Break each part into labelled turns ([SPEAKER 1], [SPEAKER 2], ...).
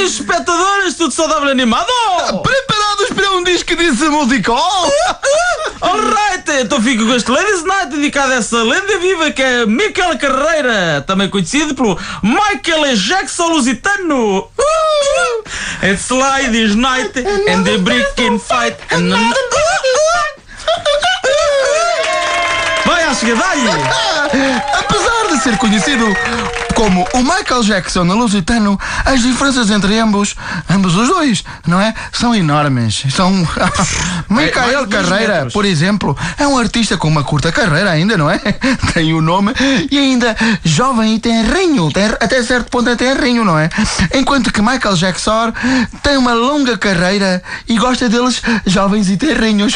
[SPEAKER 1] espectadores, tudo saudável e animado!
[SPEAKER 2] Preparados para um disco disse musical?
[SPEAKER 1] Alright, então fico com este Ladies Night dedicado a essa lenda viva que é Michael Carreira, também conhecido pelo Michael Jackson Lusitano. Uh! It's Ladies Night and the brick can fight and Vai à chegada aí!
[SPEAKER 2] Apesar de ser conhecido como o Michael Jackson no lusitano, as diferenças entre ambos, ambos os dois, não é? São enormes. São.
[SPEAKER 1] É, mais
[SPEAKER 2] Michael
[SPEAKER 1] de dois
[SPEAKER 2] Carreira,
[SPEAKER 1] metros.
[SPEAKER 2] por exemplo, é um artista com uma curta carreira ainda, não é? Tem o nome e ainda jovem e tem rinho. Tem, até certo ponto é tem rinho, não é? Enquanto que Michael Jackson tem uma longa carreira e gosta deles jovens e terrinhos.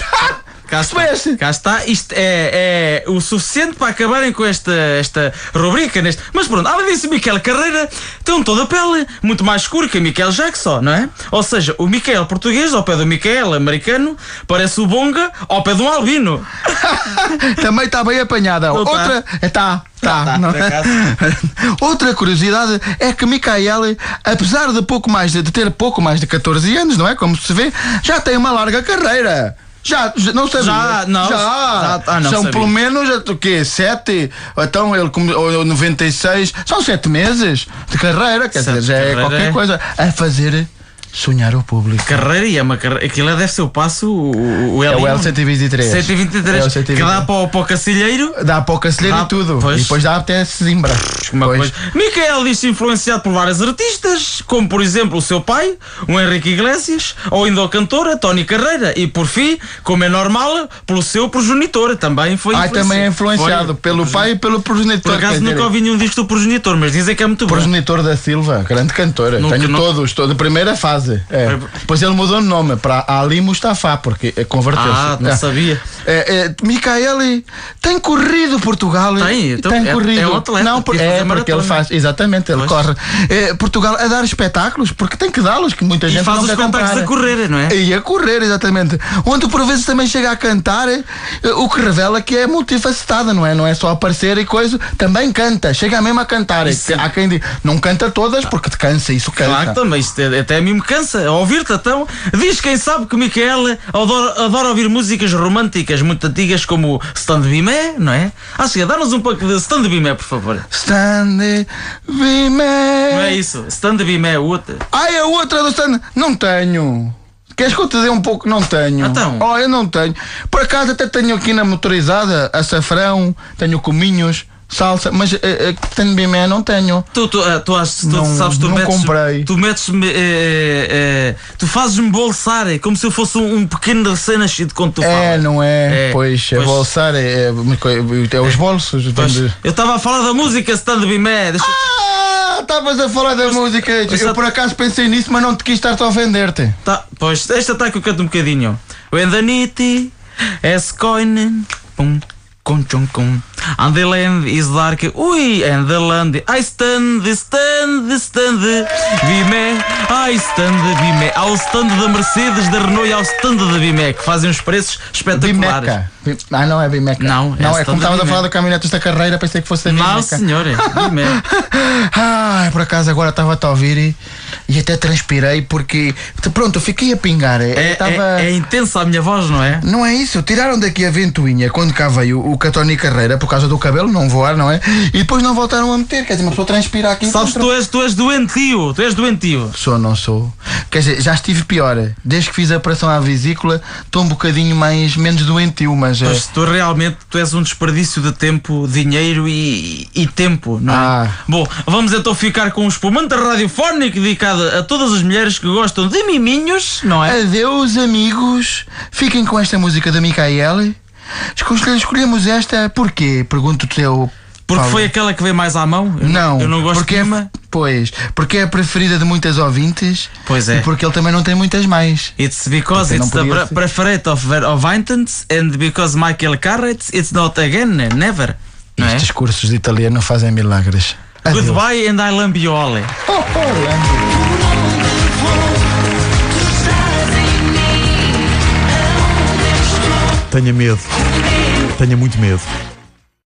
[SPEAKER 1] Cá está.
[SPEAKER 2] Percebeste?
[SPEAKER 1] Cá está. Isto é, é o suficiente para acabarem com esta, esta rubrica. Neste... Mas pronto, além disso, Miquel Carreira tem um tom da pele muito mais escuro que Miquel Jackson, não é? Ou seja, o Miquel português ao pé do Miquel americano parece o Bonga ao pé de um albino.
[SPEAKER 2] Também está bem apanhada.
[SPEAKER 1] Não tá.
[SPEAKER 2] Outra. Está. Tá,
[SPEAKER 1] tá,
[SPEAKER 2] não
[SPEAKER 1] por
[SPEAKER 2] é?
[SPEAKER 1] acaso.
[SPEAKER 2] Outra curiosidade é que Micael, apesar de pouco mais de, de ter pouco mais de 14 anos, não é? Como se vê, já tem uma larga carreira. Já, já- não sabia.
[SPEAKER 1] Já, não,
[SPEAKER 2] Já.
[SPEAKER 1] já- ah, não
[SPEAKER 2] são
[SPEAKER 1] sabia.
[SPEAKER 2] pelo menos o quê? 7? Então ele come- ou 96, são 7 meses de carreira, quer
[SPEAKER 1] Sete
[SPEAKER 2] dizer, já é
[SPEAKER 1] carreira.
[SPEAKER 2] qualquer coisa a fazer sonhar o público.
[SPEAKER 1] Carreira e é uma carreira. Aquilo é- deve ser o passo, o, o, o
[SPEAKER 2] É o
[SPEAKER 1] L1.
[SPEAKER 2] L123.
[SPEAKER 1] 123,
[SPEAKER 2] É o
[SPEAKER 1] que
[SPEAKER 2] 123.
[SPEAKER 1] dá para o, para o cacilheiro.
[SPEAKER 2] Dá para o cancelheiro
[SPEAKER 1] Dá-
[SPEAKER 2] e tudo.
[SPEAKER 1] pois.
[SPEAKER 2] E depois dá até Zimbra.
[SPEAKER 1] Uma
[SPEAKER 2] Pois.
[SPEAKER 1] coisa. Micael diz-se influenciado por vários artistas, como por exemplo o seu pai, o Henrique Iglesias, ou ainda a cantora Tony Carreira, e por fim, como é normal, pelo seu progenitor, também foi
[SPEAKER 2] Ah, também é influenciado
[SPEAKER 1] Foi-
[SPEAKER 2] pelo pai e pelo progenitor.
[SPEAKER 1] Por acaso
[SPEAKER 2] quer dizer,
[SPEAKER 1] nunca ouvi nenhum disco do progenitor, mas dizem que é muito bom.
[SPEAKER 2] Progenitor da Silva, grande cantora.
[SPEAKER 1] Nunca-
[SPEAKER 2] Tenho
[SPEAKER 1] nu-
[SPEAKER 2] todos, toda a primeira fase. É.
[SPEAKER 1] Pre-
[SPEAKER 2] Pois ele mudou de nome para Ali Mustafa, porque eh, converteu-se.
[SPEAKER 1] Ah, não
[SPEAKER 2] É.
[SPEAKER 1] sabia.
[SPEAKER 2] É, é, Micaele tem corrido Portugal. eh?
[SPEAKER 1] Tem, então é-
[SPEAKER 2] corrido.
[SPEAKER 1] é um atleta,
[SPEAKER 2] Não, por-
[SPEAKER 1] quis fazer
[SPEAKER 2] é porque
[SPEAKER 1] maratona.
[SPEAKER 2] ele faz, exatamente, ele
[SPEAKER 1] Pois.
[SPEAKER 2] corre. É, Portugal a dar espetáculos, porque tem que dá-los, que muita
[SPEAKER 1] E
[SPEAKER 2] gente
[SPEAKER 1] faz
[SPEAKER 2] não
[SPEAKER 1] os
[SPEAKER 2] quer
[SPEAKER 1] contactos
[SPEAKER 2] comprar.
[SPEAKER 1] a correr, não é?
[SPEAKER 2] E a correr, exatamente. Onde por vezes também chega a cantar, eh, o que revela que é multifacetada, não é? Não é só aparecer e coisa, também canta, chega mesmo a cantar.
[SPEAKER 1] Isso.
[SPEAKER 2] Há quem diga, não canta todas porque te cansa, isso cansa.
[SPEAKER 1] Claro que também, isto é- até a mim me cansa. A ouvir-te então, diz quem sabe que Micaela adora, adora ouvir músicas românticas muito antigas como Stand By Me, não é? Ah, chega, dá-nos um pouco de Stand By Me, por favor.
[SPEAKER 2] Stand by
[SPEAKER 1] Não é
[SPEAKER 2] me.
[SPEAKER 1] isso. Stand By Me é outra.
[SPEAKER 2] Ai, a outra do stand. Não tenho. Queres que eu te dê um pouco? Não tenho.
[SPEAKER 1] Então.
[SPEAKER 2] Oh, eu não tenho. Por acaso até tenho aqui na motorizada açafrão, tenho cominhos, salsa, mas eh, eh, stand by me não tenho.
[SPEAKER 1] Tu, tu, ah, tu, achas- tu
[SPEAKER 2] Não-
[SPEAKER 1] sabes, tu
[SPEAKER 2] não
[SPEAKER 1] metes.
[SPEAKER 2] comprei.
[SPEAKER 1] Tu metes-me. eh, eh, tu fazes-me bolsar, é como se eu fosse um, um pequeno recém-nascido quando tu falas.
[SPEAKER 2] É, não é?
[SPEAKER 1] É,
[SPEAKER 2] Pois, é
[SPEAKER 1] pois.
[SPEAKER 2] bolsar, é, é uma coi- é os bolsos.
[SPEAKER 1] Pois,
[SPEAKER 2] depende.
[SPEAKER 1] eu estava a falar da música Stand By Me. Deixa,
[SPEAKER 2] Ah, estavas a falar da música.
[SPEAKER 1] mas
[SPEAKER 2] eu
[SPEAKER 1] só-
[SPEAKER 2] por acaso pensei nisso, mas não te quis estar-te a ofender-te.
[SPEAKER 1] Tá, pois, esta está que eu canto um bocadinho. When the nitty is coinen, pum, cum, chum, cum. And the land is dark, ui, and the land. I stand, stand, stand, Vimé, I stand, Vimé. Ao stand da Mercedes, da Renault e ao stand da Vimé, que fazem os preços espetaculares.
[SPEAKER 2] Bimeca. Bi- Ah, não é Bimeca.
[SPEAKER 1] Não, é
[SPEAKER 2] não é,
[SPEAKER 1] esta
[SPEAKER 2] como
[SPEAKER 1] da
[SPEAKER 2] estavas a
[SPEAKER 1] Bimeca.
[SPEAKER 2] falar do caminhonetes da carreira, pensei que fosse a Bimeca.
[SPEAKER 1] Não, senhora, Vimé.
[SPEAKER 2] Ai, por acaso agora estava-te a ouvir e, e até transpirei porque. Pronto, eu fiquei a pingar.
[SPEAKER 1] É,
[SPEAKER 2] eu tava-
[SPEAKER 1] é, é intensa a minha voz, não é?
[SPEAKER 2] Não é isso, tiraram daqui a ventoinha quando cá veio o Catoni Carreira por causa do cabelo, não voar, não é? E depois não voltaram a meter, quer dizer, uma pessoa transpira aqui.
[SPEAKER 1] Sabes, tu és, tu és doentio, tu és doentio.
[SPEAKER 2] Sou, não sou. Quer dizer, já estive pior. Desde que fiz a operação à vesícula, estou um bocadinho mais, menos doentio, mas. eh,
[SPEAKER 1] Mas tu realmente tu és um desperdício de tempo, dinheiro e, e tempo, não é?
[SPEAKER 2] Ah.
[SPEAKER 1] Bom, vamos então ficar com um espumante radiofónico dedicado a todas as mulheres que gostam de miminhos, não é?
[SPEAKER 2] Adeus, amigos. Fiquem com esta música da Micaele. Escolhe- Escolhemos esta porquê? Pergunto-te eu.
[SPEAKER 1] Porque
[SPEAKER 2] Paulo.
[SPEAKER 1] foi aquela que veio mais à mão. Eu
[SPEAKER 2] Não,
[SPEAKER 1] Eu não gosto
[SPEAKER 2] porque
[SPEAKER 1] de
[SPEAKER 2] é,
[SPEAKER 1] uma.
[SPEAKER 2] pois, porque é a preferida de muitas ouvintes
[SPEAKER 1] Pois é.
[SPEAKER 2] e porque ele também não tem muitas mais.
[SPEAKER 1] It's because
[SPEAKER 2] Porque não
[SPEAKER 1] it's the
[SPEAKER 2] podia
[SPEAKER 1] pre
[SPEAKER 2] ser.
[SPEAKER 1] preferred of, of Vintons and because Michael Carrett, it's not again, never. Não é?
[SPEAKER 2] Estes cursos de italiano fazem milagres. Adeus.
[SPEAKER 1] Goodbye and I love you all.
[SPEAKER 2] Oh, oh, Andy.
[SPEAKER 3] Tenha medo. Tenha muito medo.